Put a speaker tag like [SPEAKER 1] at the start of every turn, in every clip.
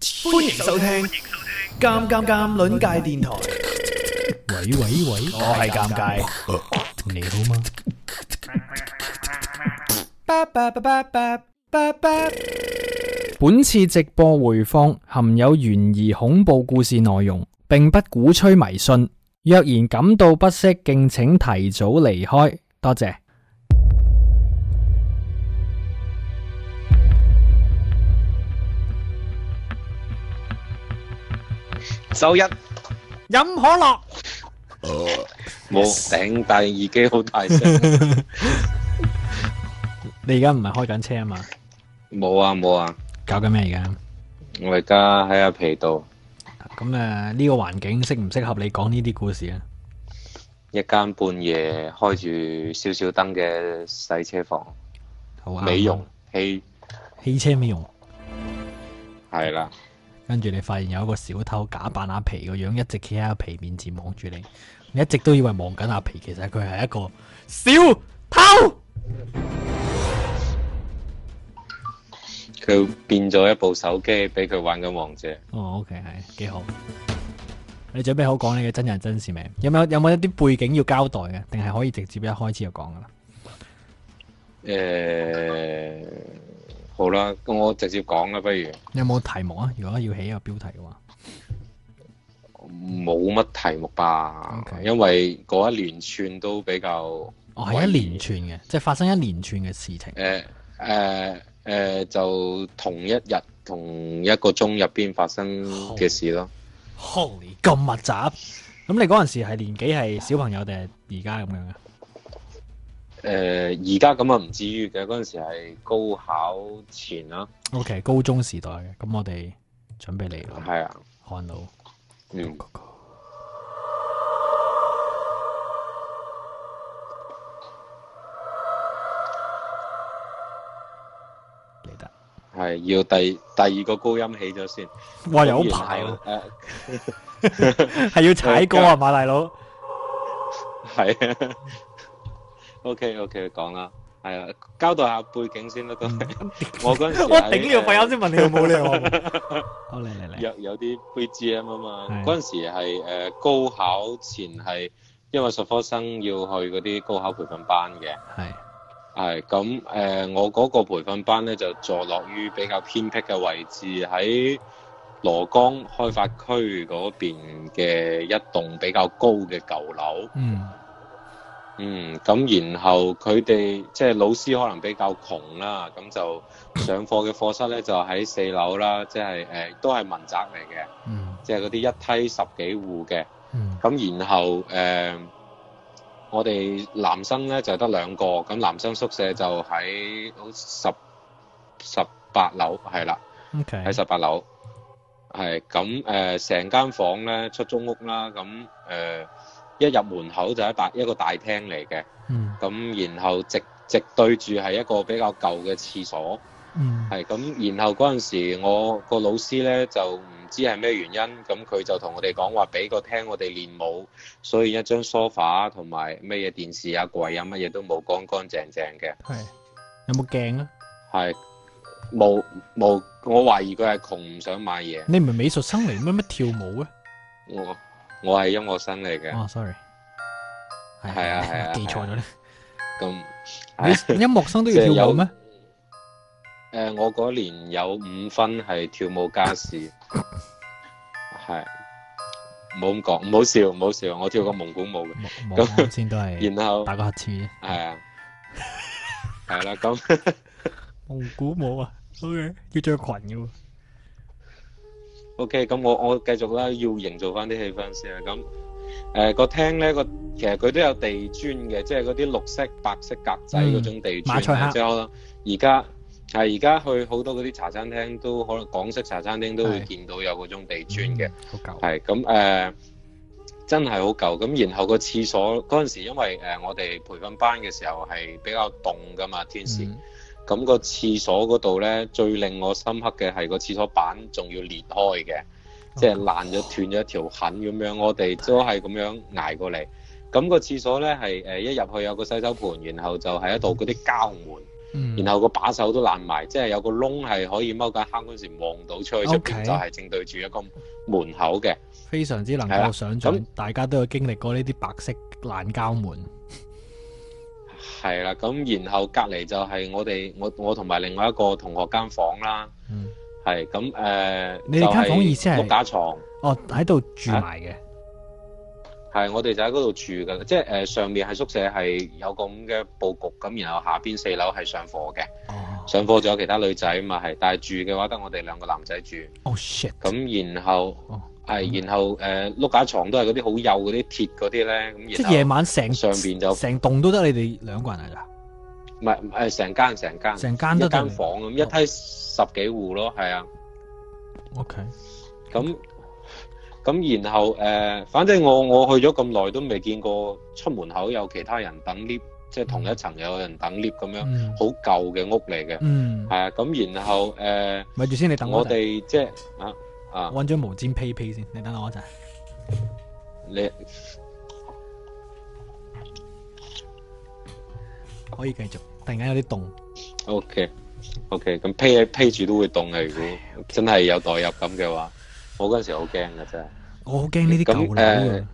[SPEAKER 1] 歡迎收聽《尷尷尷》鄰界電台。
[SPEAKER 2] 喂喂喂，
[SPEAKER 1] 我係尷尬，
[SPEAKER 2] 哦你好嗎？本次直播回放含有懸疑恐怖故事內容，並不鼓吹迷信。若然感到不適，敬請提早離開。多謝。
[SPEAKER 3] 周一
[SPEAKER 2] 飲可樂，哦
[SPEAKER 3] 冇頂，但係耳機好大 聲。
[SPEAKER 2] 你而家唔係開緊車啊嘛？
[SPEAKER 3] 冇啊冇啊，
[SPEAKER 2] 搞緊咩而家？
[SPEAKER 3] 我而家喺阿皮度，
[SPEAKER 2] 咁誒呢個環境適唔適合你講呢啲故事啊？
[SPEAKER 3] 一間半夜開住少少燈嘅洗車房，
[SPEAKER 2] 好啊，
[SPEAKER 3] 美容器
[SPEAKER 2] 汽車美容。
[SPEAKER 3] 係啦，
[SPEAKER 2] 跟住你發現有一個小偷假扮阿皮個樣，一直企喺阿皮面前望住你，你一直都以為望緊阿皮，其實佢係一個小偷。
[SPEAKER 3] 佢變咗一部手機俾佢玩緊王者。
[SPEAKER 2] 哦，OK，係幾好。你準備好講你嘅真人真事未？有冇有冇一啲背景要交代嘅？定係可以直接一開始就講噶啦？
[SPEAKER 3] 誒、好啦，咁我直接講啦，不如
[SPEAKER 2] 有冇題目啊？如果要起一個標題嘅話，
[SPEAKER 3] 冇乜題目吧
[SPEAKER 2] OK
[SPEAKER 3] 因為嗰一連串都比較
[SPEAKER 2] 哦，係一連串嘅，即係發生一連串嘅事情。
[SPEAKER 3] 誒誒誒，呃就同一日同一個鐘入邊發生嘅事咯。
[SPEAKER 2] Holy 咁密集，咁你嗰陣時係年紀係小朋友定係而家咁樣啊？
[SPEAKER 3] 誒而家咁啊唔至於嘅，嗰陣時係高考前啦，
[SPEAKER 2] OK，高中時代嘅，咁我哋準備嚟啦，
[SPEAKER 3] 係啊，
[SPEAKER 2] 看到。
[SPEAKER 3] 嗯，
[SPEAKER 2] 嚟得，
[SPEAKER 3] 係啊要第第二個高音起咗先。
[SPEAKER 2] 哇有
[SPEAKER 3] 咁
[SPEAKER 2] 排
[SPEAKER 3] 然後呃
[SPEAKER 2] 喎，
[SPEAKER 3] 誒
[SPEAKER 2] 係要踩歌啊嘛，大佬。
[SPEAKER 3] 係啊。OK OK，講啦，係啊，交代下背景先啦，都係我嗰陣時
[SPEAKER 2] 嗯 我
[SPEAKER 3] 係呃
[SPEAKER 2] 頂你個肺
[SPEAKER 3] 誒
[SPEAKER 2] 啱先問你有冇你有啊冇。 好嚟嚟嚟，
[SPEAKER 3] 有有啲 BGM 啊嘛
[SPEAKER 2] 係，
[SPEAKER 3] 嗰陣時係、呃、高考前係因為術科生要去嗰啲高考培訓班嘅，
[SPEAKER 2] 係
[SPEAKER 3] 係咁誒，我嗰個培訓班咧就坐落於比較偏僻嘅位置，喺羅江開發區嗰邊嘅一棟比較高嘅舊樓。
[SPEAKER 2] 嗯
[SPEAKER 3] 嗯，咁然後佢哋即係老師可能比較窮啦，咁就上課嘅課室咧就喺四樓啦，即係誒、呃都係民宅嚟嘅。
[SPEAKER 2] 嗯
[SPEAKER 3] 即係嗰啲一梯十幾戶嘅。
[SPEAKER 2] 嗯
[SPEAKER 3] 咁然後誒、呃我哋男生咧就得兩個，咁男生宿舍就喺好十十八樓，係啦，
[SPEAKER 2] 嗯，OK，
[SPEAKER 3] 喺十八樓。係咁誒，成、間房咧出租屋啦，咁誒、呃一入門口就係一大一個大廳嚟嘅，
[SPEAKER 2] 嗯
[SPEAKER 3] 咁然後直直對住係一個比較舊嘅廁所。
[SPEAKER 2] 嗯
[SPEAKER 3] 係咁，然後嗰陣時，我個老師呢就唔知係咩原因，咁佢就同我哋講話俾個廳我哋練舞，所以一張 sofa 同埋咩嘢電視啊、櫃啊乜嘢都冇乾乾淨淨嘅，
[SPEAKER 2] 係，有冇鏡啊？
[SPEAKER 3] 係冇冇，我懷疑佢係窮唔想買嘢。
[SPEAKER 2] 你唔係美術生嚟咩？乜跳舞嘅？
[SPEAKER 3] 我我係音樂生嚟嘅，
[SPEAKER 2] 哦，sorry，係
[SPEAKER 3] 係啊係啊啊
[SPEAKER 2] 記錯咗咧。
[SPEAKER 3] 咁
[SPEAKER 2] 你 音樂生都要跳舞咩？
[SPEAKER 3] 誒、我嗰年有五分係跳舞加試，係唔好咁講，唔好笑唔好笑，我跳過蒙古舞嘅。
[SPEAKER 2] 冇冇啱先都係
[SPEAKER 3] 然後
[SPEAKER 2] 打個乞嗤啫。
[SPEAKER 3] 係啊，係啦，咁
[SPEAKER 2] 蒙古舞啊，OK，要着裙嘅喎。
[SPEAKER 3] OK，咁我我繼續啦，要營造翻啲氣氛先啊。咁誒個廳咧個其實佢都有地磚嘅，即係嗰啲綠色、白色格仔嗰種地
[SPEAKER 2] 馬賽克
[SPEAKER 3] 磚咧，即係可能而家係而家去好多嗰啲茶餐廳都可能港式茶餐廳都會
[SPEAKER 2] 係
[SPEAKER 3] 見到有嗰種地磚嘅。
[SPEAKER 2] 嗯，好舊。
[SPEAKER 3] 係咁誒，真係好舊。咁然後個廁所嗰陣時，因為誒、呃我哋培訓班嘅時候係比較凍㗎嘛，天時。
[SPEAKER 2] 嗯
[SPEAKER 3] 咁個廁所嗰度呢，最令我深刻嘅係個廁所板仲要裂開嘅，
[SPEAKER 2] 哦
[SPEAKER 3] 即係爛咗斷咗一條痕咁樣，我哋都係咁樣捱過呃嚟。咁個廁所呢，係誒一入去有個洗手盆，然後就係一道嗰啲膠門，
[SPEAKER 2] 嗯
[SPEAKER 3] 然後個把手都爛埋，即係有個窿係可以踎緊坑嗰時望到出去出
[SPEAKER 2] OK
[SPEAKER 3] 邊，就係正對住一個門口嘅。
[SPEAKER 2] 非常之能
[SPEAKER 3] 係
[SPEAKER 2] 夠
[SPEAKER 3] 啦
[SPEAKER 2] 想像
[SPEAKER 3] 咁，
[SPEAKER 2] 大家都有經歷過呢啲白色爛膠門。
[SPEAKER 3] 係啦，咁然後隔離就係我哋我我同埋另外一個同學間房啦，
[SPEAKER 2] 嗯，
[SPEAKER 3] 係咁誒。
[SPEAKER 2] 你哋間房意思係
[SPEAKER 3] 碌架床？
[SPEAKER 2] 哦，喺度住
[SPEAKER 3] 啊
[SPEAKER 2] 埋嘅，
[SPEAKER 3] 係，我哋就喺嗰度住㗎，即係誒、呃上面係宿舍係有個咁嘅佈局，咁然後下邊四樓係上課嘅，
[SPEAKER 2] 哦，
[SPEAKER 3] 上課仲有其他女仔嘛係，但係住嘅話得我哋兩個男仔住，
[SPEAKER 2] 哦 shit，
[SPEAKER 3] 咁然後
[SPEAKER 2] 哦
[SPEAKER 3] 係、然後誒、呃碌架床都係嗰啲好幼嗰啲鐵嗰啲咧，
[SPEAKER 2] 即
[SPEAKER 3] 咁
[SPEAKER 2] 係夜
[SPEAKER 3] 然後
[SPEAKER 2] 晚成
[SPEAKER 3] 上邊就
[SPEAKER 2] 成棟都得你哋兩個人嚟㗎，
[SPEAKER 3] 唔係唔係成間成間
[SPEAKER 2] 成間都
[SPEAKER 3] 一
[SPEAKER 2] 得哦
[SPEAKER 3] 間
[SPEAKER 2] 你。
[SPEAKER 3] 房咁，一梯十幾戶咯，係啊。
[SPEAKER 2] O K，
[SPEAKER 3] 咁咁然後誒、呃反正我我去咗咁耐都未見過出門口有其他人等 lift，即係同一層有人等 lift 咁樣，
[SPEAKER 2] 嗯
[SPEAKER 3] 好舊嘅屋嚟嘅。
[SPEAKER 2] 嗯，
[SPEAKER 3] 係啊，咁然後誒、呃
[SPEAKER 2] 咪住先，你等
[SPEAKER 3] 我
[SPEAKER 2] 我陣，
[SPEAKER 3] 哋即係啊啊，
[SPEAKER 2] 揾張毛氈披披先，你等我一陣。
[SPEAKER 3] 你
[SPEAKER 2] 可以繼續。突然間有啲凍，
[SPEAKER 3] OK OK，咁披披住都會凍啊嘅。如果真係有代入感嘅話，我嗰陣時好驚嘅真係。
[SPEAKER 2] 我好驚呢啲舊樓啊！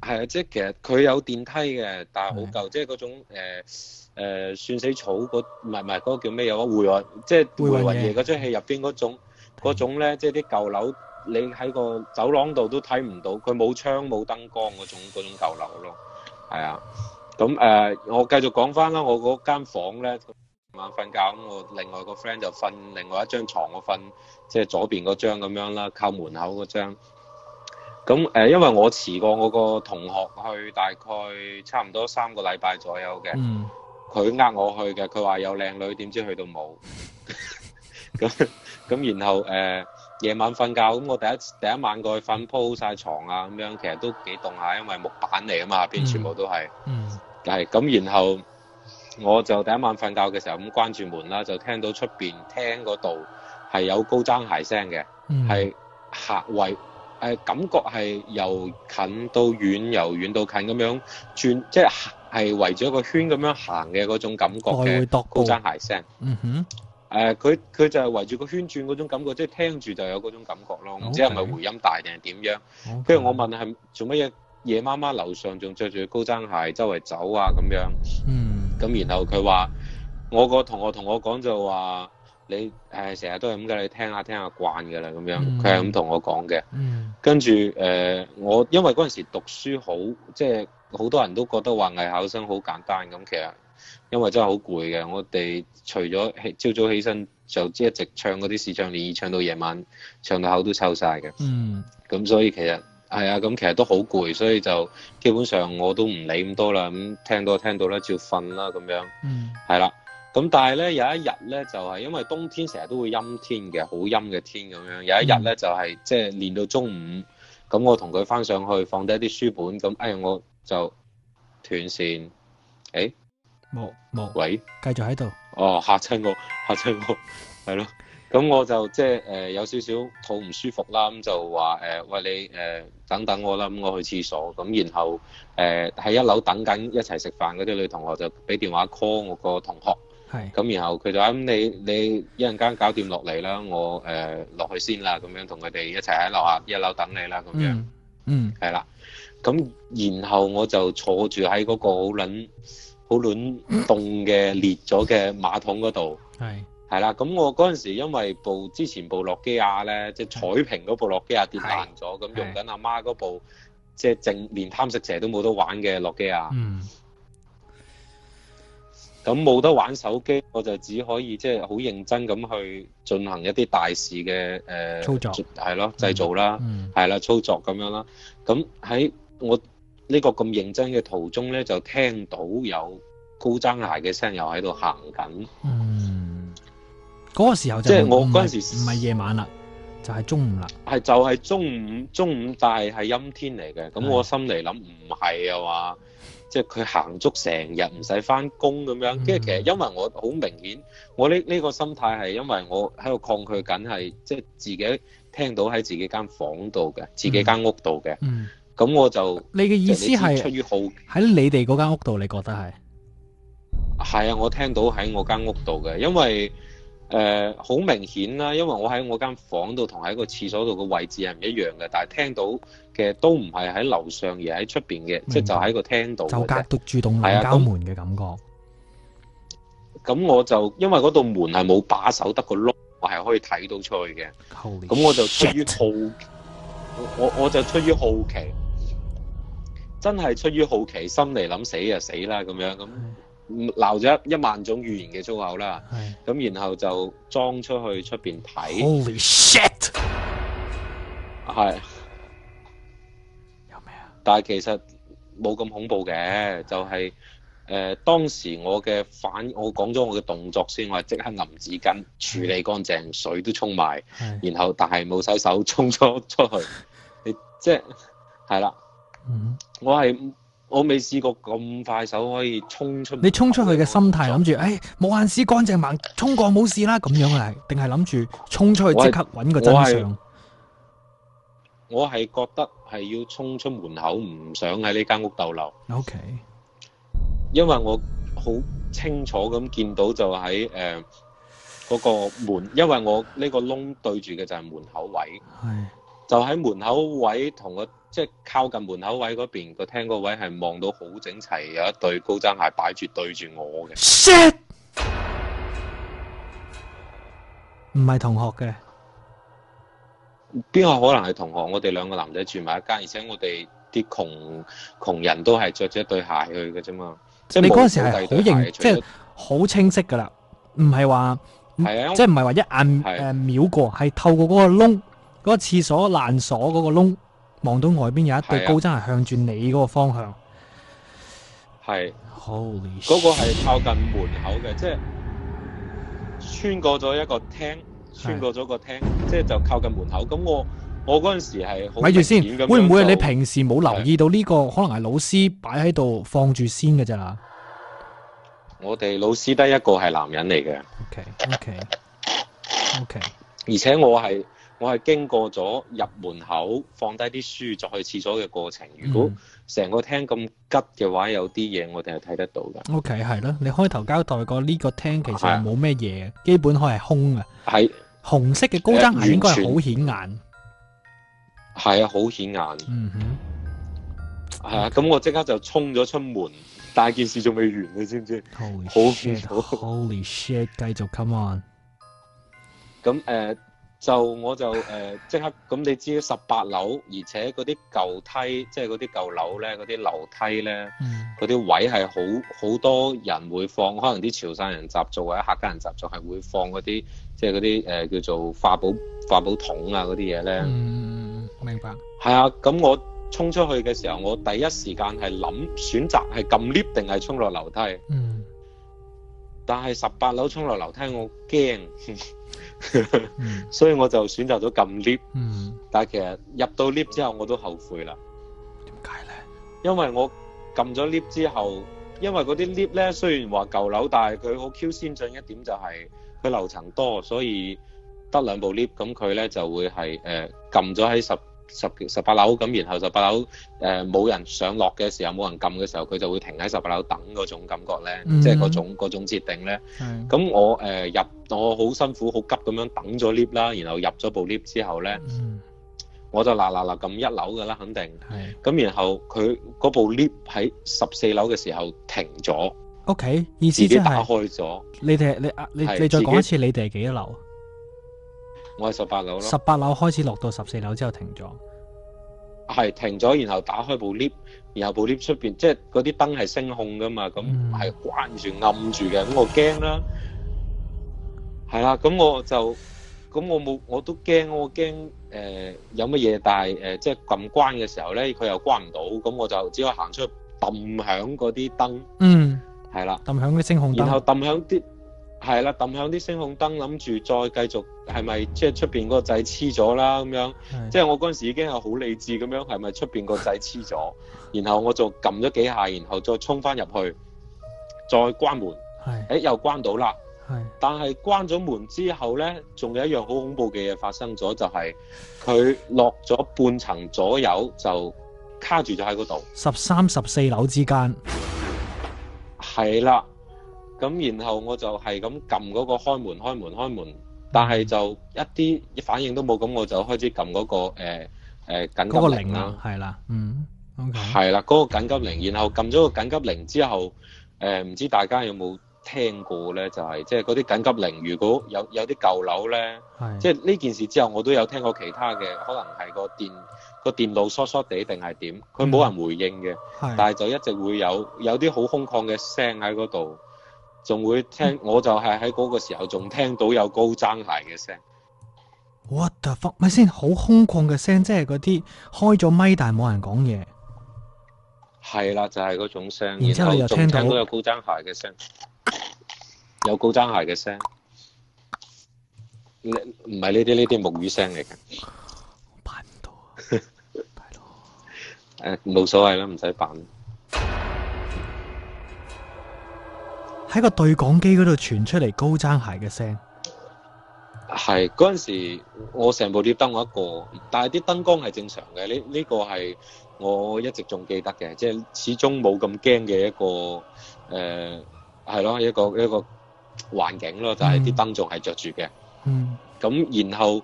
[SPEAKER 3] 係啊，即係其實佢有電梯嘅，但係好
[SPEAKER 2] 係
[SPEAKER 3] 舊，即係嗰種誒誒算死草嗰唔係唔係嗰個叫咩嘢啊？回魂即係
[SPEAKER 2] 回魂
[SPEAKER 3] 回
[SPEAKER 2] 夜
[SPEAKER 3] 魂夜嗰出戲入邊嗰種嗰種咧，即係啲舊樓你喺個走廊度都睇唔到，佢冇窗冇燈光嗰種嗰種舊樓咯，係啊。咁誒、呃我繼續講翻啦，我嗰間房咧。晚瞓覺咁，我另外個 friend 就瞓另外一張床，我瞓即係左邊嗰張咁樣啦，靠門口嗰張。咁誒、呃因為我遲過我個同學去大概差唔多三個禮拜左右嘅，
[SPEAKER 2] 嗯，
[SPEAKER 3] 佢呃我去嘅，佢話有靚女，點知去到冇。 咁咁然後誒、呃夜晚瞓覺，咁我第一第一晚過去瞓鋪晒床啊，咁樣其實都幾凍下，因為木板嚟啊嘛，下邊全部都係。
[SPEAKER 2] 嗯，
[SPEAKER 3] 係咁，然後我就第一晚瞓覺嘅時候咁關住門啦，就聽到出邊廳嗰度係有高踭鞋聲嘅，
[SPEAKER 2] 嗯，
[SPEAKER 3] 係客圍誒感覺係由近到遠，由遠到近咁樣轉，即係係圍住一個圈咁樣行嘅嗰種感覺
[SPEAKER 2] 來
[SPEAKER 3] 嘅
[SPEAKER 2] 回踱
[SPEAKER 3] 高
[SPEAKER 2] 步，
[SPEAKER 3] 踭鞋聲。
[SPEAKER 2] 嗯哼，
[SPEAKER 3] 誒佢佢就係圍住個圈轉嗰種感覺，即係聽住就有嗰種感覺咯。唔知係咪
[SPEAKER 2] 哦 OK
[SPEAKER 3] 回音大定係點樣？
[SPEAKER 2] 好
[SPEAKER 3] 跟住我，問係做乜嘢？夜媽媽樓上仲着住高踭鞋周圍走啊咁樣。
[SPEAKER 2] 嗯，
[SPEAKER 3] 咁然後佢話：我個同學同我講就話你誒成日都係咁㗎，你聽下聽下慣㗎啦咁樣。
[SPEAKER 2] 嗯
[SPEAKER 3] 佢係咁同我講嘅。
[SPEAKER 2] 嗯，
[SPEAKER 3] 跟住誒、呃我因為嗰陣時讀書好，即係好多人都覺得話藝考生好簡單咁，其實因為真係好攰嘅。我哋除咗起朝早起身就一直唱嗰啲視唱練，唱到夜晚，唱到口都臭晒嘅。
[SPEAKER 2] 嗯，
[SPEAKER 3] 咁所以其實係啊，咁其實都好攰，所以就基本上我都唔理咁多啦，咁聽到就聽到啦，照瞓啦咁樣。
[SPEAKER 2] 嗯，
[SPEAKER 3] 係啦。咁但係咧有一日咧就係、因為冬天成日都會陰天嘅，好陰嘅天咁樣。有一日咧就係即係練到中午，咁哎我同佢翻上去放低啲書本，咁誒、哎、我就斷線。
[SPEAKER 2] 冇冇，
[SPEAKER 3] 喂，
[SPEAKER 2] 繼續喺度，
[SPEAKER 3] 哦嚇親我， 嚇親我，係咯。咁我就即係誒有少少肚唔舒服啦，咁就話誒、呃喂你誒、呃等等我啦，咁我去廁所，咁然後呃誒喺、一樓等緊一齊食飯嗰啲女同學就俾電話 call 我個同學。
[SPEAKER 2] 係，
[SPEAKER 3] 咁然後佢就話：咁你你一陣間搞掂落嚟啦，我誒落、去先啦，咁樣同佢哋一齊喺樓下一樓等你啦，咁樣
[SPEAKER 2] 嗯，嗯，
[SPEAKER 3] 係啦。咁然後我就坐住喺嗰個好撚好撚凍嘅裂咗嘅馬桶嗰度，
[SPEAKER 2] 係，
[SPEAKER 3] 係啦。咁我嗰陣時因為部之前部諾基亞咧，即係彩屏嗰部諾基亞跌爛咗，咁
[SPEAKER 2] 係
[SPEAKER 3] 用緊阿媽嗰部即係淨連貪食蛇都冇得玩嘅諾基亞。
[SPEAKER 2] 嗯，
[SPEAKER 3] 咁冇得玩手機，我就只可以即係好認真咁去進行一啲大事嘅誒、呃
[SPEAKER 2] 操作
[SPEAKER 3] 係咯製造啦，
[SPEAKER 2] 嗯，
[SPEAKER 3] 係啦、操作咁樣啦。咁喺我呢個咁認真嘅途中咧，就聽到有高踭鞋嘅聲又喺度行緊，
[SPEAKER 2] 嗯，嗰個時候就
[SPEAKER 3] 即係我
[SPEAKER 2] 唔係
[SPEAKER 3] 嗰陣時
[SPEAKER 2] 唔係夜晚啦，就係中午啦，
[SPEAKER 3] 係就係中午中午，但係係陰天嚟嘅。咁
[SPEAKER 2] 係
[SPEAKER 3] 我心嚟諗唔係啊嘛，即係佢行足成日唔使翻工咁樣。跟住其實
[SPEAKER 2] 嗯
[SPEAKER 3] 因為我好明顯，我呢呢、個心態係因為我喺度抗拒緊係即係自己聽到喺自己間房度嘅，自己間屋度嘅。
[SPEAKER 2] 嗯，
[SPEAKER 3] 咁我就
[SPEAKER 2] 你嘅意思
[SPEAKER 3] 即係你知出
[SPEAKER 2] 係
[SPEAKER 3] 於好
[SPEAKER 2] 喺你哋嗰間屋度，你覺得係？
[SPEAKER 3] 係啊，我聽到喺我間屋度嘅，因為誒好、明顯啦，因為我喺我間房度同喺個廁所度嘅位置係唔一樣嘅，但係聽到嘅都唔係喺樓上，而喺出邊嘅，即係就喺個廳度嘅
[SPEAKER 2] 就
[SPEAKER 3] 啫。
[SPEAKER 2] 隔獨住棟
[SPEAKER 3] 係
[SPEAKER 2] 兩
[SPEAKER 3] 啊
[SPEAKER 2] 交
[SPEAKER 3] 咁
[SPEAKER 2] 門嘅感覺。
[SPEAKER 3] 咁我就因為嗰度門係冇把手，得個碌，我係可以睇到出去嘅。
[SPEAKER 2] Holy
[SPEAKER 3] 咁我就出於
[SPEAKER 2] shit
[SPEAKER 3] 好，我我我就出於好奇，真係出於好奇心嚟諗死就死啦咁樣咁鬧咗一一萬種語言嘅粗口啦，
[SPEAKER 2] 係
[SPEAKER 3] 咁然後就裝出去出邊睇，
[SPEAKER 2] Holy shit！
[SPEAKER 3] 係，
[SPEAKER 2] 有咩啊？
[SPEAKER 3] 但係其實冇咁恐怖嘅，就係、誒、當時我嘅反，我講咗我嘅動作先，我係即刻揞紙巾處理乾淨，水都沖埋。
[SPEAKER 2] 係
[SPEAKER 3] 然後但係冇洗手衝咗出 去，你即係係啦，
[SPEAKER 2] 嗯
[SPEAKER 3] 我係我未試過咁快手可以衝出門口。
[SPEAKER 2] 你衝出去嘅心態諗住，
[SPEAKER 3] 嗯
[SPEAKER 2] 誒冇眼屎乾淨盲，衝過冇事啦咁樣啊？定係諗住衝出去即刻揾個真
[SPEAKER 3] 我係
[SPEAKER 2] 相？
[SPEAKER 3] 我係覺得係要衝出門口，唔想喺呢間屋逗留，
[SPEAKER 2] O K，
[SPEAKER 3] 因為我好清楚咁見到就喺誒嗰個門，因為我呢個窿對住嘅就係門口位，
[SPEAKER 2] 係
[SPEAKER 3] 就喺門口位同個即係靠近門口位嗰邊個廳個位係望到好整齊，有一對高踭鞋擺住對住我嘅。
[SPEAKER 2] shit，唔係同學嘅，
[SPEAKER 3] 邊個可能係同學？我哋兩個男仔住埋一間，而且我哋啲窮窮人都係着咗一對鞋去嘅啫嘛。即係
[SPEAKER 2] 你
[SPEAKER 3] 冇
[SPEAKER 2] 嗰陣時係
[SPEAKER 3] 冇第二
[SPEAKER 2] 好
[SPEAKER 3] 對鞋
[SPEAKER 2] 認，
[SPEAKER 3] 嘅除
[SPEAKER 2] 即
[SPEAKER 3] 咗
[SPEAKER 2] 係好清晰噶啦，唔係話
[SPEAKER 3] 係啊
[SPEAKER 2] 即係唔係話一眼
[SPEAKER 3] 係
[SPEAKER 2] 誒瞄過，係透過嗰個窿，嗰個廁所爛鎖嗰個窿，望到外邊有一對
[SPEAKER 3] 係啊
[SPEAKER 2] 高踭鞋向住你嗰個方向。
[SPEAKER 3] 係
[SPEAKER 2] Holy
[SPEAKER 3] 嗰個
[SPEAKER 2] shit
[SPEAKER 3] 係靠近門口嘅，即係穿過咗一個廳，穿過咗個廳，即係就靠近門口。咁我我嗰陣時係好
[SPEAKER 2] 咪住先
[SPEAKER 3] 明顯咁，樣
[SPEAKER 2] 會唔會係你
[SPEAKER 3] 就
[SPEAKER 2] 平時冇留意到呢、個？可能係老師擺喺度放住先嘅咋
[SPEAKER 3] 我哋老師得一個係男人嚟嘅，
[SPEAKER 2] ？OK OK OK，
[SPEAKER 3] 而且我係我係經過咗入門口放低啲書再去廁所嘅過程。如
[SPEAKER 2] 嗯
[SPEAKER 3] 果成個廳咁吉嘅話，有啲嘢我哋係睇得到嘅。
[SPEAKER 2] 嗯 OK 係咯，你開頭交代過呢個廳其實
[SPEAKER 3] 係啊
[SPEAKER 2] 係冇咩嘢，基本可係空嘅。
[SPEAKER 3] 係
[SPEAKER 2] 紅色嘅高踭鞋應該係好
[SPEAKER 3] 呃完
[SPEAKER 2] 顯眼。
[SPEAKER 3] 係啊，好顯眼。係
[SPEAKER 2] 嗯哼，
[SPEAKER 3] 啊，咁我即刻就衝咗出門，但係件事仲未完，你知唔知？
[SPEAKER 2] Holy
[SPEAKER 3] 好
[SPEAKER 2] shit！Holy shit！繼續，come on！
[SPEAKER 3] 咁誒、呃就我就誒、呃即刻咁，你知十八樓，而且嗰啲舊梯，即係嗰啲舊樓咧，嗰啲樓梯咧，
[SPEAKER 2] 嗯
[SPEAKER 3] 嗰啲位係好好多人會放，可能啲潮汕人習俗或者客家人習俗係會放嗰啲，即係嗰啲呃誒叫做化寶化寶桶啊嗰啲嘢咧。
[SPEAKER 2] 嗯，明白。
[SPEAKER 3] 係啊，咁我衝出去嘅時候，我第一時間係諗選擇係撳 lift 定係衝落樓梯，
[SPEAKER 2] 嗯
[SPEAKER 3] 但係十八樓衝落樓梯我驚，
[SPEAKER 2] 嗯
[SPEAKER 3] 所以我就選擇咗撳 lift。
[SPEAKER 2] 嗯，
[SPEAKER 3] 但係其實入到 lift 之後我都後悔啦，
[SPEAKER 2] 點解咧？
[SPEAKER 3] 因為我撳咗 lift 之後，因為嗰啲 lift 咧雖然話舊樓，但係佢好 Q 先進一點就係佢樓層多，所以得兩部 lift，咁佢咧就會係誒撳咗喺十。十十八樓咁，然後十八樓誒冇人上落嘅時候，冇人撳嘅時候，佢就會停喺十八樓等嗰種感覺咧，
[SPEAKER 2] 嗯
[SPEAKER 3] 即係嗰種嗰種設定咧。
[SPEAKER 2] 係
[SPEAKER 3] 咁我誒、呃入我好辛苦好急咁樣等咗 lift 啦，然後入咗部 lift 之後咧，
[SPEAKER 2] 嗯
[SPEAKER 3] 我就嗱嗱嗱撳一樓噶啦，肯定。
[SPEAKER 2] 係。
[SPEAKER 3] 咁然後佢嗰部 lift 喺十四樓嘅時候停咗，
[SPEAKER 2] 屋企意思
[SPEAKER 3] 自
[SPEAKER 2] 即
[SPEAKER 3] 己打
[SPEAKER 2] 係
[SPEAKER 3] 開咗。
[SPEAKER 2] 你哋你啊你
[SPEAKER 3] 係
[SPEAKER 2] 你再
[SPEAKER 3] 自己
[SPEAKER 2] 講一次，你哋係幾多樓？
[SPEAKER 3] 我係十八樓咯，
[SPEAKER 2] 十八樓開始落到十四樓之後停咗。
[SPEAKER 3] 係停咗，然後打開部 lift，然後部 lift 出邊即係嗰啲燈係聲控噶嘛，咁
[SPEAKER 2] 嗯
[SPEAKER 3] 係關住暗住嘅，咁我驚啦，係啦，咁我就咁我冇我都驚，我驚誒、呃有乜嘢，但係誒、呃即係撳關嘅時候咧，佢又關唔到，咁我就只可以行出去揼響嗰啲燈，
[SPEAKER 2] 嗯，
[SPEAKER 3] 係啦。
[SPEAKER 2] 抌響啲聲控
[SPEAKER 3] 然後
[SPEAKER 2] 燈。
[SPEAKER 3] 揼響啲係啦，揼響啲聲控燈，諗住再繼續係咪即係出邊嗰個掣黐咗啦咁樣？
[SPEAKER 2] 係
[SPEAKER 3] 即係我嗰陣時已經係好理智咁樣，係咪出邊個掣黐咗？然後我就撳咗幾下，然後再衝翻入去，再關門，
[SPEAKER 2] 係
[SPEAKER 3] 誒又關到啦。
[SPEAKER 2] 係
[SPEAKER 3] 但係關咗門之後呢，仲有一樣好恐怖嘅嘢發生咗，就係佢落咗半層左右就卡住咗喺嗰度。
[SPEAKER 2] 十三十四樓之間。
[SPEAKER 3] 係啦，咁然後我就係咁撳嗰個開門開門開門，但係就一啲反應都冇，咁我就開始撳嗰、個誒誒、緊急
[SPEAKER 2] 嗰個
[SPEAKER 3] 鈴
[SPEAKER 2] 零
[SPEAKER 3] 啦
[SPEAKER 2] 啦，。係啦，嗯，OK，
[SPEAKER 3] 啊係啦，嗰、個緊急鈴，然後撳咗個緊急鈴之後，誒、唔知大家有冇聽過咧？就係即係嗰啲緊急鈴，如果有有啲舊樓咧，
[SPEAKER 2] 係
[SPEAKER 3] 即係呢件事之後，我都有聽過其他嘅，可能係個電個電路疏疏地定係點，佢冇人回應嘅，
[SPEAKER 2] 係
[SPEAKER 3] 但係就一直會有有啲好空曠嘅聲喺嗰度，仲會 聽，我就係喺嗰個時候仲聽到有高踭鞋嘅聲。
[SPEAKER 2] ，what the fuck？咪先，好空曠嘅聲，即係嗰啲開咗咪但係冇人講嘢。
[SPEAKER 3] 係啦，就係嗰種聲，
[SPEAKER 2] 然之後你就
[SPEAKER 3] 後仲
[SPEAKER 2] 聽
[SPEAKER 3] 聽
[SPEAKER 2] 到
[SPEAKER 3] 到有高踭鞋嘅聲，有高踭鞋嘅聲，呢唔係呢啲呢啲木魚聲嚟嘅，
[SPEAKER 2] 我辦唔 到啊，大佬！
[SPEAKER 3] 誒冇所謂啦，唔使扮。
[SPEAKER 2] 喺個對講機嗰度傳出嚟高踭鞋嘅聲，
[SPEAKER 3] 係嗰陣時，我成部碟得我一個，但係啲燈光係正常嘅，呢呢個係我一直仲記得嘅，即係始終冇咁驚嘅一個誒係咯，一個一個環境咯，就係啲
[SPEAKER 2] 嗯
[SPEAKER 3] 燈仲係着住嘅。
[SPEAKER 2] 嗯，
[SPEAKER 3] 咁然後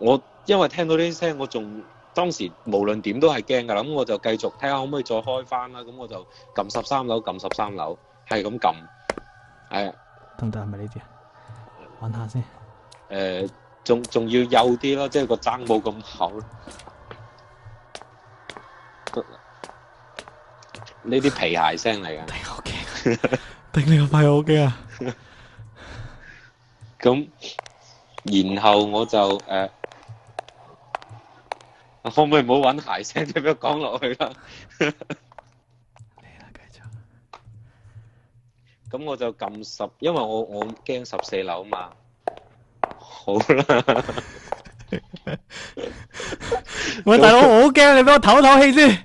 [SPEAKER 3] 我因為聽到呢啲聲，我仲當時無論點都係驚㗎啦，咁我就繼續睇下可唔可以再開翻啦，咁我就撳十三樓，撳十三樓，係咁撳，係
[SPEAKER 2] 得唔得？係咪呢啲啊？玩下 先，
[SPEAKER 3] 誒，仲仲要幼啲咯，即係個踭冇咁厚咯。呢啲皮鞋聲嚟㗎，
[SPEAKER 2] 頂我哎驚，啊頂你個肺我驚 啊！
[SPEAKER 3] 咁然後我就誒、呃可唔可以唔好揾鞋聲咁樣講落去啦？
[SPEAKER 2] 嚟啦，繼續。
[SPEAKER 3] 咁我就撳十，因為我我驚十四樓啊嘛。好啦，
[SPEAKER 2] 喂，大佬，我好驚，你俾我唞唞氣先。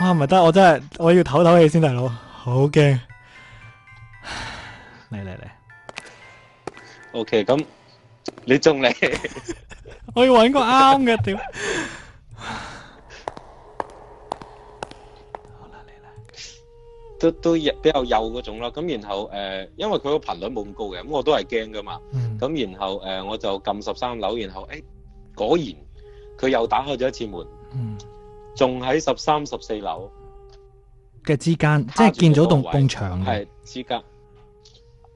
[SPEAKER 2] 哇，唔係得，我真係我要唞唞氣先，大佬，好驚。嚟嚟嚟，
[SPEAKER 3] OK，咁你 仲嚟？
[SPEAKER 2] 我要揾個啱嘅，屌。好啦，嚟啦。
[SPEAKER 3] 都都比較幼嗰種啦。咁然後誒、呃因為佢個頻率冇咁高嘅，咁我都係驚噶嘛。
[SPEAKER 2] 嗯，
[SPEAKER 3] 咁然後誒、呃我就撳十三樓，然後誒、哎果然佢又打開咗一次門，
[SPEAKER 2] 嗯
[SPEAKER 3] 仲喺十三、十四樓，
[SPEAKER 2] 嘅之
[SPEAKER 3] 啊
[SPEAKER 2] 間，即係見咗棟埲牆嘅。
[SPEAKER 3] 係之間。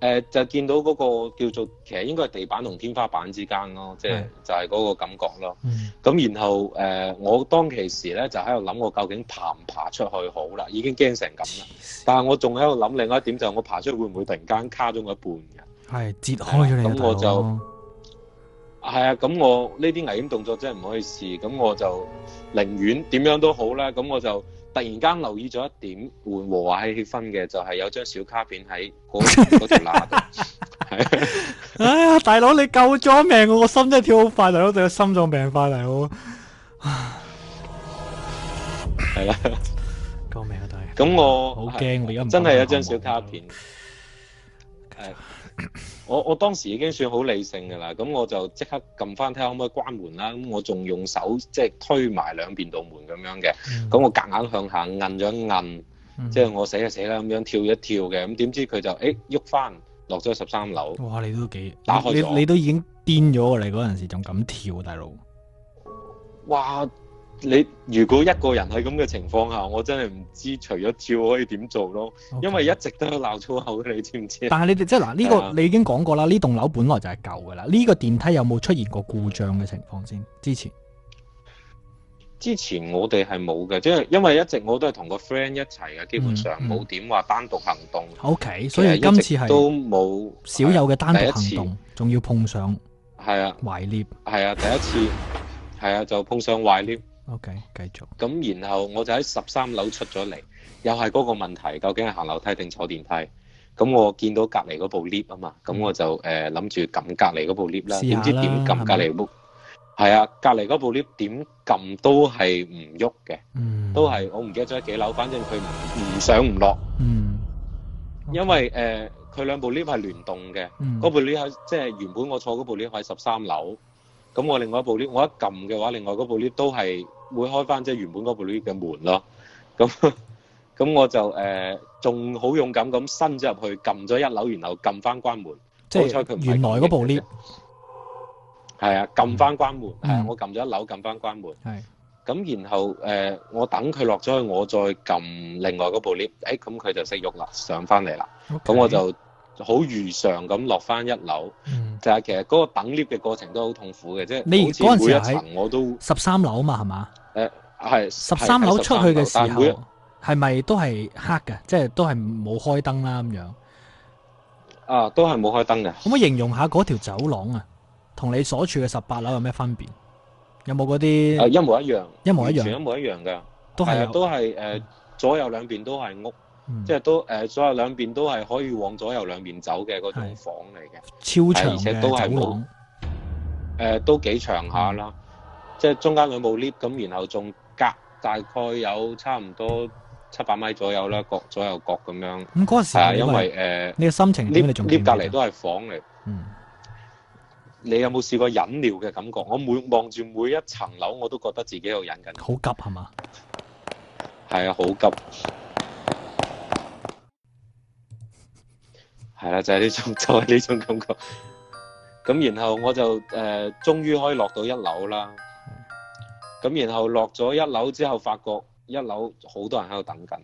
[SPEAKER 3] 誒、就見到嗰個叫做其實應該係地板同天花板之間咯，即係
[SPEAKER 2] 係
[SPEAKER 3] 就係嗰個感覺咯。
[SPEAKER 2] 嗯
[SPEAKER 3] 咁然後誒、呃我當其時咧就喺度諗我究竟爬唔爬出去好啦，已經驚成咁啦。但係我仲喺度諗另外一點就係我爬出去會唔會突然間卡咗我一半嘅？
[SPEAKER 2] 係截開咗你嘅
[SPEAKER 3] 咁我
[SPEAKER 2] 大
[SPEAKER 3] 就
[SPEAKER 2] 佬。
[SPEAKER 3] 係啊，咁我呢啲危險動作真係唔可以試，咁我就寧願點樣都好啦。咁我就突然間留意咗一點緩和下氣氛嘅，就係、有張小卡片喺嗰嗰條罅度。係
[SPEAKER 2] 哎呀，大佬，你救咗命，我個心真係跳好快，大佬，對個心臟病快，大佬。
[SPEAKER 3] 係啦，
[SPEAKER 2] 救命啊，大佬！
[SPEAKER 3] 咁我
[SPEAKER 2] 好驚，我而家唔
[SPEAKER 3] 真
[SPEAKER 2] 係
[SPEAKER 3] 係有張小卡片。係我我當時已經算好理性㗎啦，咁我就即刻撳翻睇下可唔可以關門啦。咁我仲用手即係推埋兩邊道門咁樣嘅，
[SPEAKER 2] 嗯。
[SPEAKER 3] 咁我夾硬向下摁咗一摁，
[SPEAKER 2] 嗯
[SPEAKER 3] 即係我死就死啦咁樣跳一跳嘅。咁點知佢就誒喐翻落咗十三樓，
[SPEAKER 2] 哇，你都幾
[SPEAKER 3] 打開
[SPEAKER 2] 你
[SPEAKER 3] 咗
[SPEAKER 2] 你都已經癲咗喎！你嗰陣時仲敢跳，大佬。
[SPEAKER 3] 哇！你如果一個人喺咁嘅情況下，我真係唔知除咗跳可以點做咯，因為一，直都有鬧粗口嘅，你知唔知啊？
[SPEAKER 2] 但係你哋即係嗱，呢
[SPEAKER 3] 係啊
[SPEAKER 2] 個你已經講過啦，呢棟樓本來就係舊㗎啦。呢個電梯有冇出現過故障嘅情況先？之前
[SPEAKER 3] 之前我哋係冇嘅，即係因為一直我都係同個 friend 一齊嘅，基本上
[SPEAKER 2] 嗯嗯
[SPEAKER 3] 冇點話單獨行動。
[SPEAKER 2] ，OK，所以
[SPEAKER 3] 其實
[SPEAKER 2] 今
[SPEAKER 3] 一直
[SPEAKER 2] 次係
[SPEAKER 3] 都冇
[SPEAKER 2] 少有嘅單獨行
[SPEAKER 3] 第一
[SPEAKER 2] 動，仲要碰上
[SPEAKER 3] 係啊
[SPEAKER 2] 懷念。
[SPEAKER 3] 係啊，第一次係啊就碰上壞 lift，
[SPEAKER 2] OK，繼續。
[SPEAKER 3] 咁然後我就喺十三樓出咗嚟，又係嗰個問題，究竟係行樓梯定坐電梯？咁我見到隔離嗰部 lift 啊嘛，咁我就誒諗住撳隔離嗰部 lift 啦，
[SPEAKER 2] 嗯試下啦
[SPEAKER 3] 點知點撳隔離部？係啊，隔離嗰部 lift 點撳都係唔喐嘅，
[SPEAKER 2] 嗯，
[SPEAKER 3] 都係我唔記得咗喺幾樓，反正佢唔唔上唔落。
[SPEAKER 2] 嗯，
[SPEAKER 3] 因為誒佢、兩部 lift 係聯動嘅，
[SPEAKER 2] 嗯
[SPEAKER 3] 嗰部 lift 喺即係原本我坐嗰部 lift 喺十三樓，咁我另外一部 lift 我一撳嘅話，另外嗰部 lift 都係會開翻即係原本嗰部 lift 嘅門咯。咁咁咁我就誒仲好勇敢咁伸咗入去，撳咗一樓，然後撳翻關門。
[SPEAKER 2] 即
[SPEAKER 3] 好彩佢唔
[SPEAKER 2] 係
[SPEAKER 3] 係
[SPEAKER 2] 原來嗰部 lift
[SPEAKER 3] 係啊，撳翻關門，係啊
[SPEAKER 2] 嗯，
[SPEAKER 3] 我撳咗一樓，撳翻關門。
[SPEAKER 2] 係
[SPEAKER 3] 咁然後誒、呃我等佢落咗去，我再撳另外嗰部 lift，誒咁佢就識喐啦，上翻嚟啦。咁我就好如常咁落翻一樓，
[SPEAKER 2] 嗯
[SPEAKER 3] 就係、其實嗰個等 lift 嘅過程都好痛苦嘅，即
[SPEAKER 2] 你
[SPEAKER 3] 係
[SPEAKER 2] 嗰
[SPEAKER 3] 好
[SPEAKER 2] 陣時
[SPEAKER 3] 似每一
[SPEAKER 2] 係喺
[SPEAKER 3] 層我都
[SPEAKER 2] 十三樓啊嘛係嘛？
[SPEAKER 3] 係
[SPEAKER 2] 十三樓出去嘅時
[SPEAKER 3] 但每一
[SPEAKER 2] 候係咪都係黑嘅？即係都係冇開燈啦咁樣。
[SPEAKER 3] 啊都係冇開燈嘅。
[SPEAKER 2] 可唔可以形容下嗰條走廊啊？同你所處嘅十八樓有咩分別？有冇嗰
[SPEAKER 3] 啊，
[SPEAKER 2] 啲
[SPEAKER 3] 一模一樣，
[SPEAKER 2] 一模一樣
[SPEAKER 3] 完全一模一樣㗎，
[SPEAKER 2] 都
[SPEAKER 3] 係
[SPEAKER 2] 係
[SPEAKER 3] 啊，
[SPEAKER 2] 有？
[SPEAKER 3] 都係誒、呃左右兩邊都係屋，
[SPEAKER 2] 嗯
[SPEAKER 3] 即係都誒、呃左右兩邊都係可以往左右兩邊走嘅嗰
[SPEAKER 2] 係
[SPEAKER 3] 種房嚟嘅，誒、
[SPEAKER 2] 超
[SPEAKER 3] 係
[SPEAKER 2] 長
[SPEAKER 3] 而且
[SPEAKER 2] 嘅
[SPEAKER 3] 都係
[SPEAKER 2] 走
[SPEAKER 3] 冇
[SPEAKER 2] 廊，
[SPEAKER 3] 都幾長下啦，即係中間兩部 lift 咁，然後仲隔大概有差唔多七百米左右啦，各左右各咁樣，
[SPEAKER 2] 咁嗰時
[SPEAKER 3] 係啊，
[SPEAKER 2] 候你
[SPEAKER 3] 因
[SPEAKER 2] 咪
[SPEAKER 3] 為誒
[SPEAKER 2] 你嘅心情點啊？你
[SPEAKER 3] lift
[SPEAKER 2] 仲記唔
[SPEAKER 3] lift
[SPEAKER 2] 記
[SPEAKER 3] 隔
[SPEAKER 2] 得
[SPEAKER 3] 離都係房嚟。
[SPEAKER 2] 嗯
[SPEAKER 3] 你有冇試過忍尿嘅感覺？我每望住每一層樓，我都覺得自己喺度忍緊，
[SPEAKER 2] 好急係嘛？
[SPEAKER 3] 係啊，好急，係啦，就係、呢種， 就係、呢種感覺。咁然後我就誒、呃，終於可以落到一樓啦。咁然後落咗一樓之後，發覺一樓好多人喺度等緊，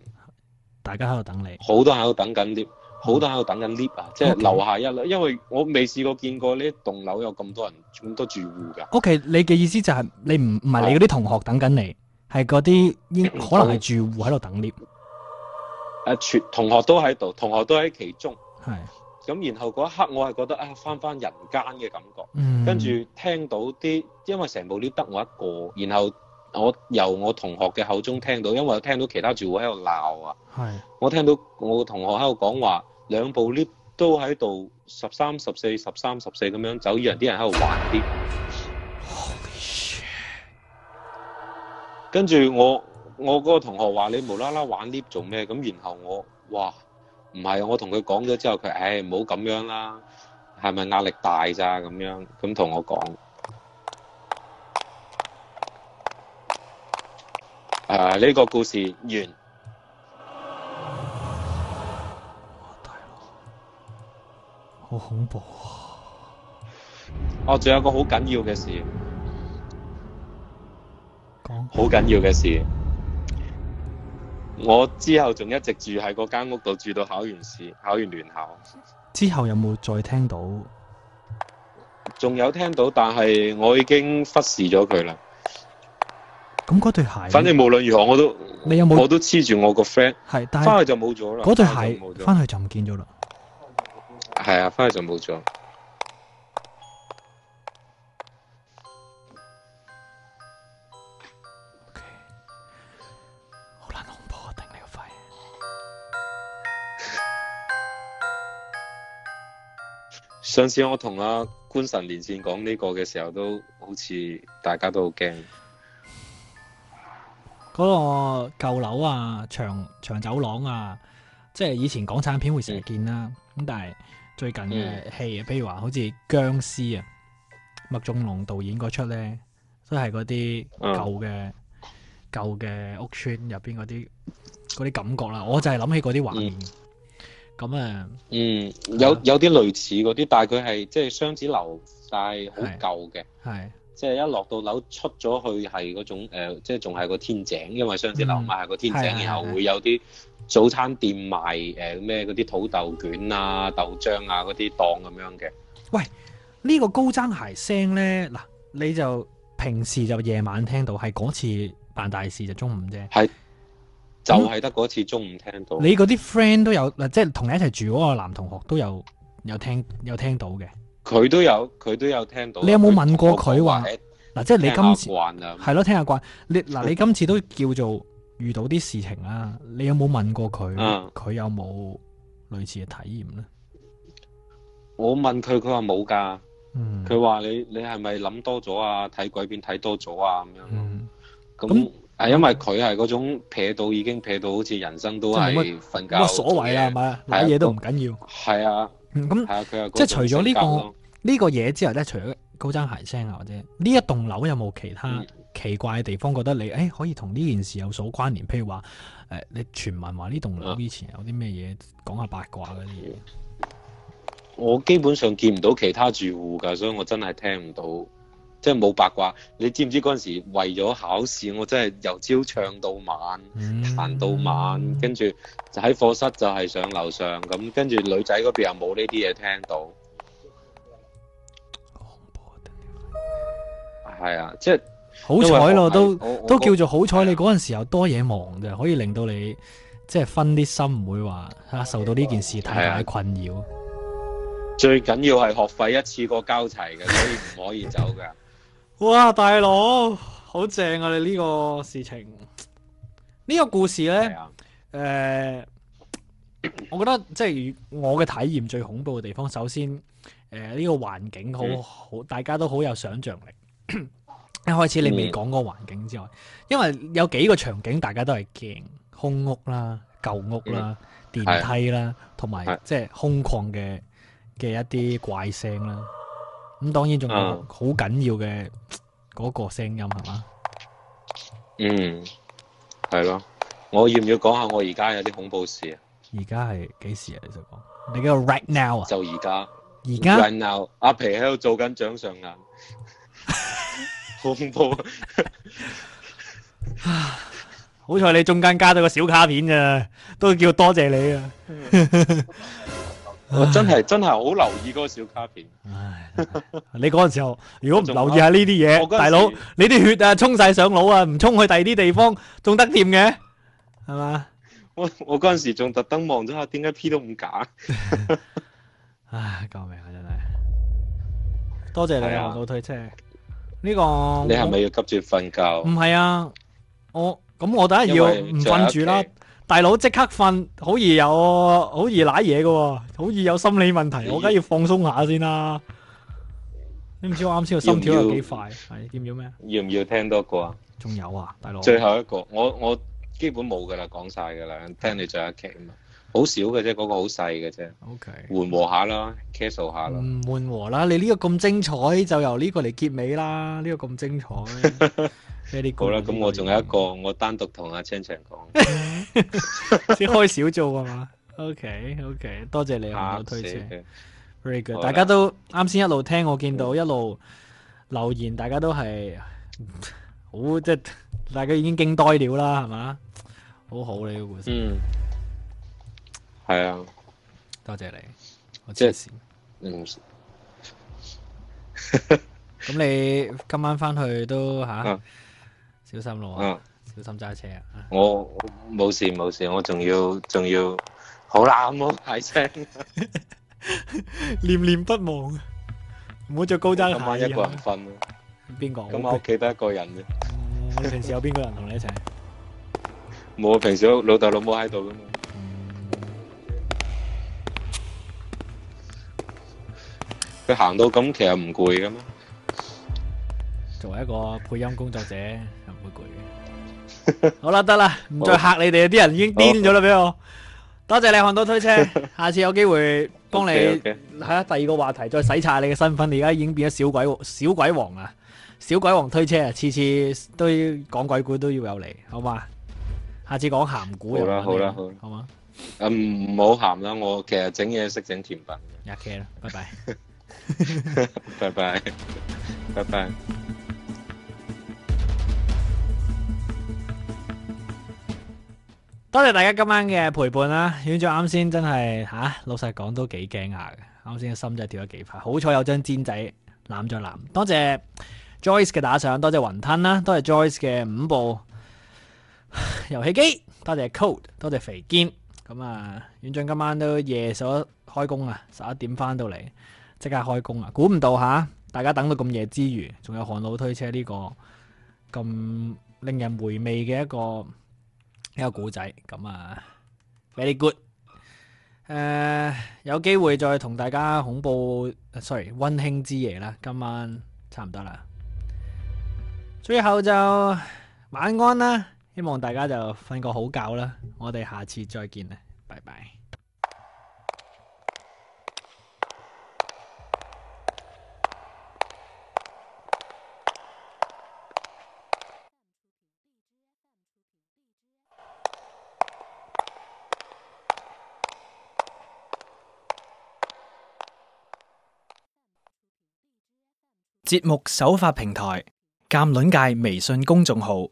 [SPEAKER 2] 大家喺度等你，
[SPEAKER 3] 好多人喺度等緊 lift，好多人喺度等緊 lift 啊！即係
[SPEAKER 2] 啊 OK
[SPEAKER 3] 樓下一樓，因為我未試過見過呢一棟樓有咁多人咁多住戶㗎。
[SPEAKER 2] O.K. 你嘅意思就係你唔唔
[SPEAKER 3] 啊
[SPEAKER 2] 係你嗰啲同學等緊你，係嗰啲 應可能係住户喺度等 lift，
[SPEAKER 3] 誒啊全同學都喺度，同學都喺其中。
[SPEAKER 2] 係
[SPEAKER 3] 咁然後嗰一刻我係覺得啊，翻翻人間嘅感覺。
[SPEAKER 2] 嗯，
[SPEAKER 3] 跟住聽到啲，因為成部 lift 得我一個，然後我由我同學嘅口中聽到，因為我聽到其他住戶喺度鬧啊，
[SPEAKER 2] 係
[SPEAKER 3] 我聽到我同學喺度講話，兩部 lift 都喺度十三、十四、十三、十四咁樣走，以為啲人喺度玩 lift。跟住我我嗰個同學話：你無啦啦玩 lift 做咩？咁然後我哇唔係，我同佢講咗之後，佢唉唔好咁樣啦，係咪壓力大咋咁樣？咁同我講。啊！呢、個故事完，
[SPEAKER 2] 好恐怖啊。
[SPEAKER 3] 哦我、仲有個好緊要嘅事，
[SPEAKER 2] 講
[SPEAKER 3] 好緊要嘅事。我之後仲一直住喺嗰間屋度，住到考完試，考完聯考。
[SPEAKER 2] 之後有冇再聽到？
[SPEAKER 3] 仲有聽到，但係我已經忽視咗佢啦。
[SPEAKER 2] 咁嗰對鞋，
[SPEAKER 3] 反正無論如何，我都
[SPEAKER 2] 你有
[SPEAKER 3] 我
[SPEAKER 2] 冇
[SPEAKER 3] 都黐住我個 friend，
[SPEAKER 2] 係？但
[SPEAKER 3] 翻
[SPEAKER 2] 係
[SPEAKER 3] 去就冇咗啦。
[SPEAKER 2] 嗰對
[SPEAKER 3] 返去就冇
[SPEAKER 2] 鞋
[SPEAKER 3] 咗，
[SPEAKER 2] 翻去就唔見咗啦。
[SPEAKER 3] 係啊，翻去就冇咗。
[SPEAKER 2] OK，好撚恐怖啊！頂你個肺！
[SPEAKER 3] 上次我同阿官神連線講呢個嘅時候，都好似大家都好驚。
[SPEAKER 2] 嗰個舊樓啊、長長走廊啊，即係以前港產片會成日見啦。咁但係最近嘅戲，譬如話好似《僵屍》啊，麥仲龍導演嗰出咧，都係嗰啲
[SPEAKER 3] 嗯
[SPEAKER 2] 舊嘅舊嘅屋村入邊嗰啲嗰啲感覺啦。我就係諗起嗰啲畫面。咁啊，
[SPEAKER 3] 嗯，有有啲類似嗰啲，但係佢係即係雙子樓，但係好
[SPEAKER 2] 係
[SPEAKER 3] 舊嘅，
[SPEAKER 2] 係
[SPEAKER 3] 即係一落到樓出咗去係嗰種、呃、即係仲係個天井，因為雙子樓嘛係個天井，
[SPEAKER 2] 係係係
[SPEAKER 3] 然後會有啲早餐店賣誒咩嗰啲土豆卷啊、豆漿啊嗰啲檔咁樣
[SPEAKER 2] 嗯
[SPEAKER 3] 嘅。
[SPEAKER 2] 呢個高踭鞋聲咧，嗱你就平時就夜晚聽到，係嗰次辦大事就中午啫。
[SPEAKER 3] 就係得嗰次中午聽到。
[SPEAKER 2] 你嗰啲 friend 都有嗱，即係同你一齊住嗰個男同學都有有聽有聽到嘅。
[SPEAKER 3] 佢都有，佢都有聽到。啊
[SPEAKER 2] 你有冇問過
[SPEAKER 3] 佢
[SPEAKER 2] 佢話
[SPEAKER 3] 誒
[SPEAKER 2] 嗱，即係
[SPEAKER 3] 聽下
[SPEAKER 2] 你今次
[SPEAKER 3] 慣啊啦，
[SPEAKER 2] 係咯，聽下慣。你嗱，你今次都叫做遇到啲事情啦。你有冇問過佢？
[SPEAKER 3] 嗯
[SPEAKER 2] 佢、有冇類似嘅體驗咧？
[SPEAKER 3] 我問佢，佢話冇㗎。
[SPEAKER 2] 嗯，
[SPEAKER 3] 佢話你你係咪諗多咗啊？睇鬼片睇多咗啊？咁樣咯。
[SPEAKER 2] 嗯，咁
[SPEAKER 3] 咁係因為佢係嗰種撇到已經撇到，好似人生都係
[SPEAKER 2] 即
[SPEAKER 3] 瞓覺。
[SPEAKER 2] 冇乜所謂啦，係。咪啊？攋嘢都唔緊要。
[SPEAKER 3] 係啊，
[SPEAKER 2] 嗯咁
[SPEAKER 3] 係啊，佢係
[SPEAKER 2] 即係除咗呢個
[SPEAKER 3] 個
[SPEAKER 2] 呢個嘢之後咧，除咗高踭鞋聲啊，或者呢一棟樓有冇其他
[SPEAKER 3] 嗯
[SPEAKER 2] 奇怪嘅地方，覺得你誒、哎可以同呢件事有所關聯。譬如話誒、呃你傳聞話呢棟樓
[SPEAKER 3] 啊
[SPEAKER 2] 以前有啲咩嘢講下八卦嗰啲嘢，
[SPEAKER 3] 我基本上見唔到其他住戶㗎，所以我真係聽唔到，即係冇八卦。你知唔知嗰陣時為咗考試，我真係由朝唱到晚，
[SPEAKER 2] 嗯
[SPEAKER 3] 彈到晚，跟住就喺課室就係上樓上咁，跟住女仔嗰邊又冇呢啲嘢聽到。係啊，即係
[SPEAKER 2] 好彩咯，都
[SPEAKER 3] 因為我係啊我
[SPEAKER 2] 都
[SPEAKER 3] 我
[SPEAKER 2] 叫做好彩。你嗰陣時有多嘢忙啫，可以令到你即係分啲心，唔會話啊受到呢件事太大
[SPEAKER 3] 係
[SPEAKER 2] 嘅
[SPEAKER 3] 啊
[SPEAKER 2] 困擾。
[SPEAKER 3] 最緊要係學費一次過交齊嘅，所以唔可以走 㗎。
[SPEAKER 2] 哇，大佬，好正啊！你呢個事情，呢、個故事呢
[SPEAKER 3] 係，啊，
[SPEAKER 2] 誒、呃我覺得即係如我嘅體驗最恐怖嘅地方，首先呃誒呢、個環境好
[SPEAKER 3] 嗯
[SPEAKER 2] 好，大家都好有想像力。一開始你未
[SPEAKER 3] 嗯
[SPEAKER 2] 講嗰個環境之外，因為有幾個場景大家都係驚空屋啦、舊屋啦、電梯啦，同埋
[SPEAKER 3] 嗯係
[SPEAKER 2] 即係空曠嘅嘅一啲怪聲啦。咁當然仲有
[SPEAKER 3] 嗯
[SPEAKER 2] 好緊要嘅嗰個聲音係嘛？
[SPEAKER 3] 嗯，係咯。我要唔要講下我而家有啲恐怖事啊？
[SPEAKER 2] 而家係幾時啊？你想講你嗰個 right now 啊？
[SPEAKER 3] 就而家。
[SPEAKER 2] 而家。
[SPEAKER 3] 然後阿皮喺度做緊掌上眼， 好恐怖啊！
[SPEAKER 2] 好彩你中間加咗個小卡片咋，都叫多謝你啊！
[SPEAKER 3] 我真係真係好留意嗰個小卡片。
[SPEAKER 2] 唉，你嗰陣時候如果唔留意下呢啲嘢，
[SPEAKER 3] 我嗰陣時
[SPEAKER 2] 大佬你啲血啊沖晒上腦啊，唔沖去第二啲地方仲得掂嘅，係嘛？
[SPEAKER 3] 我我嗰陣時仲特登望咗下，點解 P 到咁假？
[SPEAKER 2] 唉，救命啊！真係，多謝你
[SPEAKER 3] 係
[SPEAKER 2] 啊，
[SPEAKER 3] 啊
[SPEAKER 2] 老退車。呢個
[SPEAKER 3] 你係咪要急住瞓
[SPEAKER 2] 唔
[SPEAKER 3] 覺？
[SPEAKER 2] 係啊？我咁我梗係
[SPEAKER 3] 因
[SPEAKER 2] 要
[SPEAKER 3] 為
[SPEAKER 2] 唔瞓住啦
[SPEAKER 3] 仲有一期，
[SPEAKER 2] 大佬即刻瞓，好易有好易舐嘢嘅喎，好易有心理問題，
[SPEAKER 3] 你
[SPEAKER 2] 我梗係要放鬆下先啦。你唔知我啱先個心跳有幾快？係要唔要咩？
[SPEAKER 3] 要唔要聽多個啊？
[SPEAKER 2] 仲有啊，大佬。
[SPEAKER 3] 最後一個，我我基本冇㗎啦，講晒㗎啦，聽你最後一期啊嘛，好少嘅啫，嗰、個好細嘅啫，
[SPEAKER 2] O K，
[SPEAKER 3] 緩和下啦，cancel 下啦。
[SPEAKER 2] 唔緩和啦，你呢個咁精彩，就由呢個嚟結尾啦。呢個咁精彩。Very
[SPEAKER 3] 好
[SPEAKER 2] good
[SPEAKER 3] 啦，
[SPEAKER 2] 啊
[SPEAKER 3] 咁
[SPEAKER 2] 呢
[SPEAKER 3] 我
[SPEAKER 2] 已
[SPEAKER 3] 仲有一
[SPEAKER 2] 經
[SPEAKER 3] 個，我單獨同阿青青講。
[SPEAKER 2] 先開小做啊嘛。O K O K，多謝你啊，老
[SPEAKER 3] 嚇
[SPEAKER 2] 推
[SPEAKER 3] 死
[SPEAKER 2] 車。
[SPEAKER 3] 佢
[SPEAKER 2] very good，
[SPEAKER 3] 好啊嗯
[SPEAKER 2] 大
[SPEAKER 3] 啦
[SPEAKER 2] 家都啱先一路聽，我見到一路留言，大家都係 好即係大家已經驚呆了啦，係嘛？好好呢個故事，
[SPEAKER 3] 嗯，係啊。
[SPEAKER 2] 多謝你。我
[SPEAKER 3] 即係
[SPEAKER 2] 黐線。
[SPEAKER 3] 嗯，
[SPEAKER 2] 咁你今晚翻去都吓
[SPEAKER 3] 啊
[SPEAKER 2] 小心咯喎，
[SPEAKER 3] 啊，
[SPEAKER 2] 小心揸車啊！
[SPEAKER 3] 我我冇事冇事，我仲要仲要，好啦，唔好大聲，
[SPEAKER 2] 念念不忘，唔好着高踭
[SPEAKER 3] 今晚
[SPEAKER 2] 鞋。啊
[SPEAKER 3] 一個人瞓啦，
[SPEAKER 2] 邊個？
[SPEAKER 3] 今晚屋企得一個人啫，
[SPEAKER 2] 我哋平時有邊個人同你一齊？
[SPEAKER 3] 冇平時老豆老母喺度噶嘛，佢行到咁其實唔攰噶嘛，
[SPEAKER 2] 作為一個配音工作者，係唔會攰嘅。 好啦，得啦，唔再嚇你哋，啲人已經癲咗啦，俾我。多謝你看到推車， 下次有機會幫你
[SPEAKER 3] OK，OK
[SPEAKER 2] 係啊第二個話題再洗刷你嘅身份。你而家已經變咗小鬼王小鬼王啊，小鬼王推車啊，次次都要講鬼故都要有你，好嘛？下次講鹹故又
[SPEAKER 3] 好
[SPEAKER 2] 揾你
[SPEAKER 3] 啦好啦好啦
[SPEAKER 2] 好嘛？
[SPEAKER 3] 啊唔唔好鹹啦，我其實整嘢識整甜品，
[SPEAKER 2] 廿 K 啦，拜拜。
[SPEAKER 3] 拜拜，拜拜。
[SPEAKER 2] 多謝大家今晚嘅陪伴啦，院長啱先真係吓、老實講都幾驚訝嘅，啱先個心真係跳得幾快，好彩有張毡仔攬咗攬。多謝 Joyce 嘅打賞，多謝雲吞啦，多謝 Joyce 嘅五部遊戲機，多謝 Code，多謝肥堅。咁啊，院長今晚都夜咗開工啊，十一點翻到嚟即刻開工啊，估唔到吓、大家等到咁夜之餘，仲有韓佬推車呢、個咁令人回味嘅一個。一個古仔，咁啊，very good。誒、有機會再同大家恐怖呃，sorry，温馨之夜啦，今晚差唔多啦。最後就晚安啦，希望大家就瞓個好覺啦。我哋下次再見啦，拜拜。
[SPEAKER 4] 节目首发平台：鉴论界微信公众号。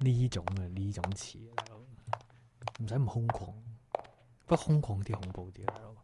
[SPEAKER 2] 呢種啊，呢種詞啊，大佬唔使咁空曠，不過空曠啲恐怖啲啊，大佬。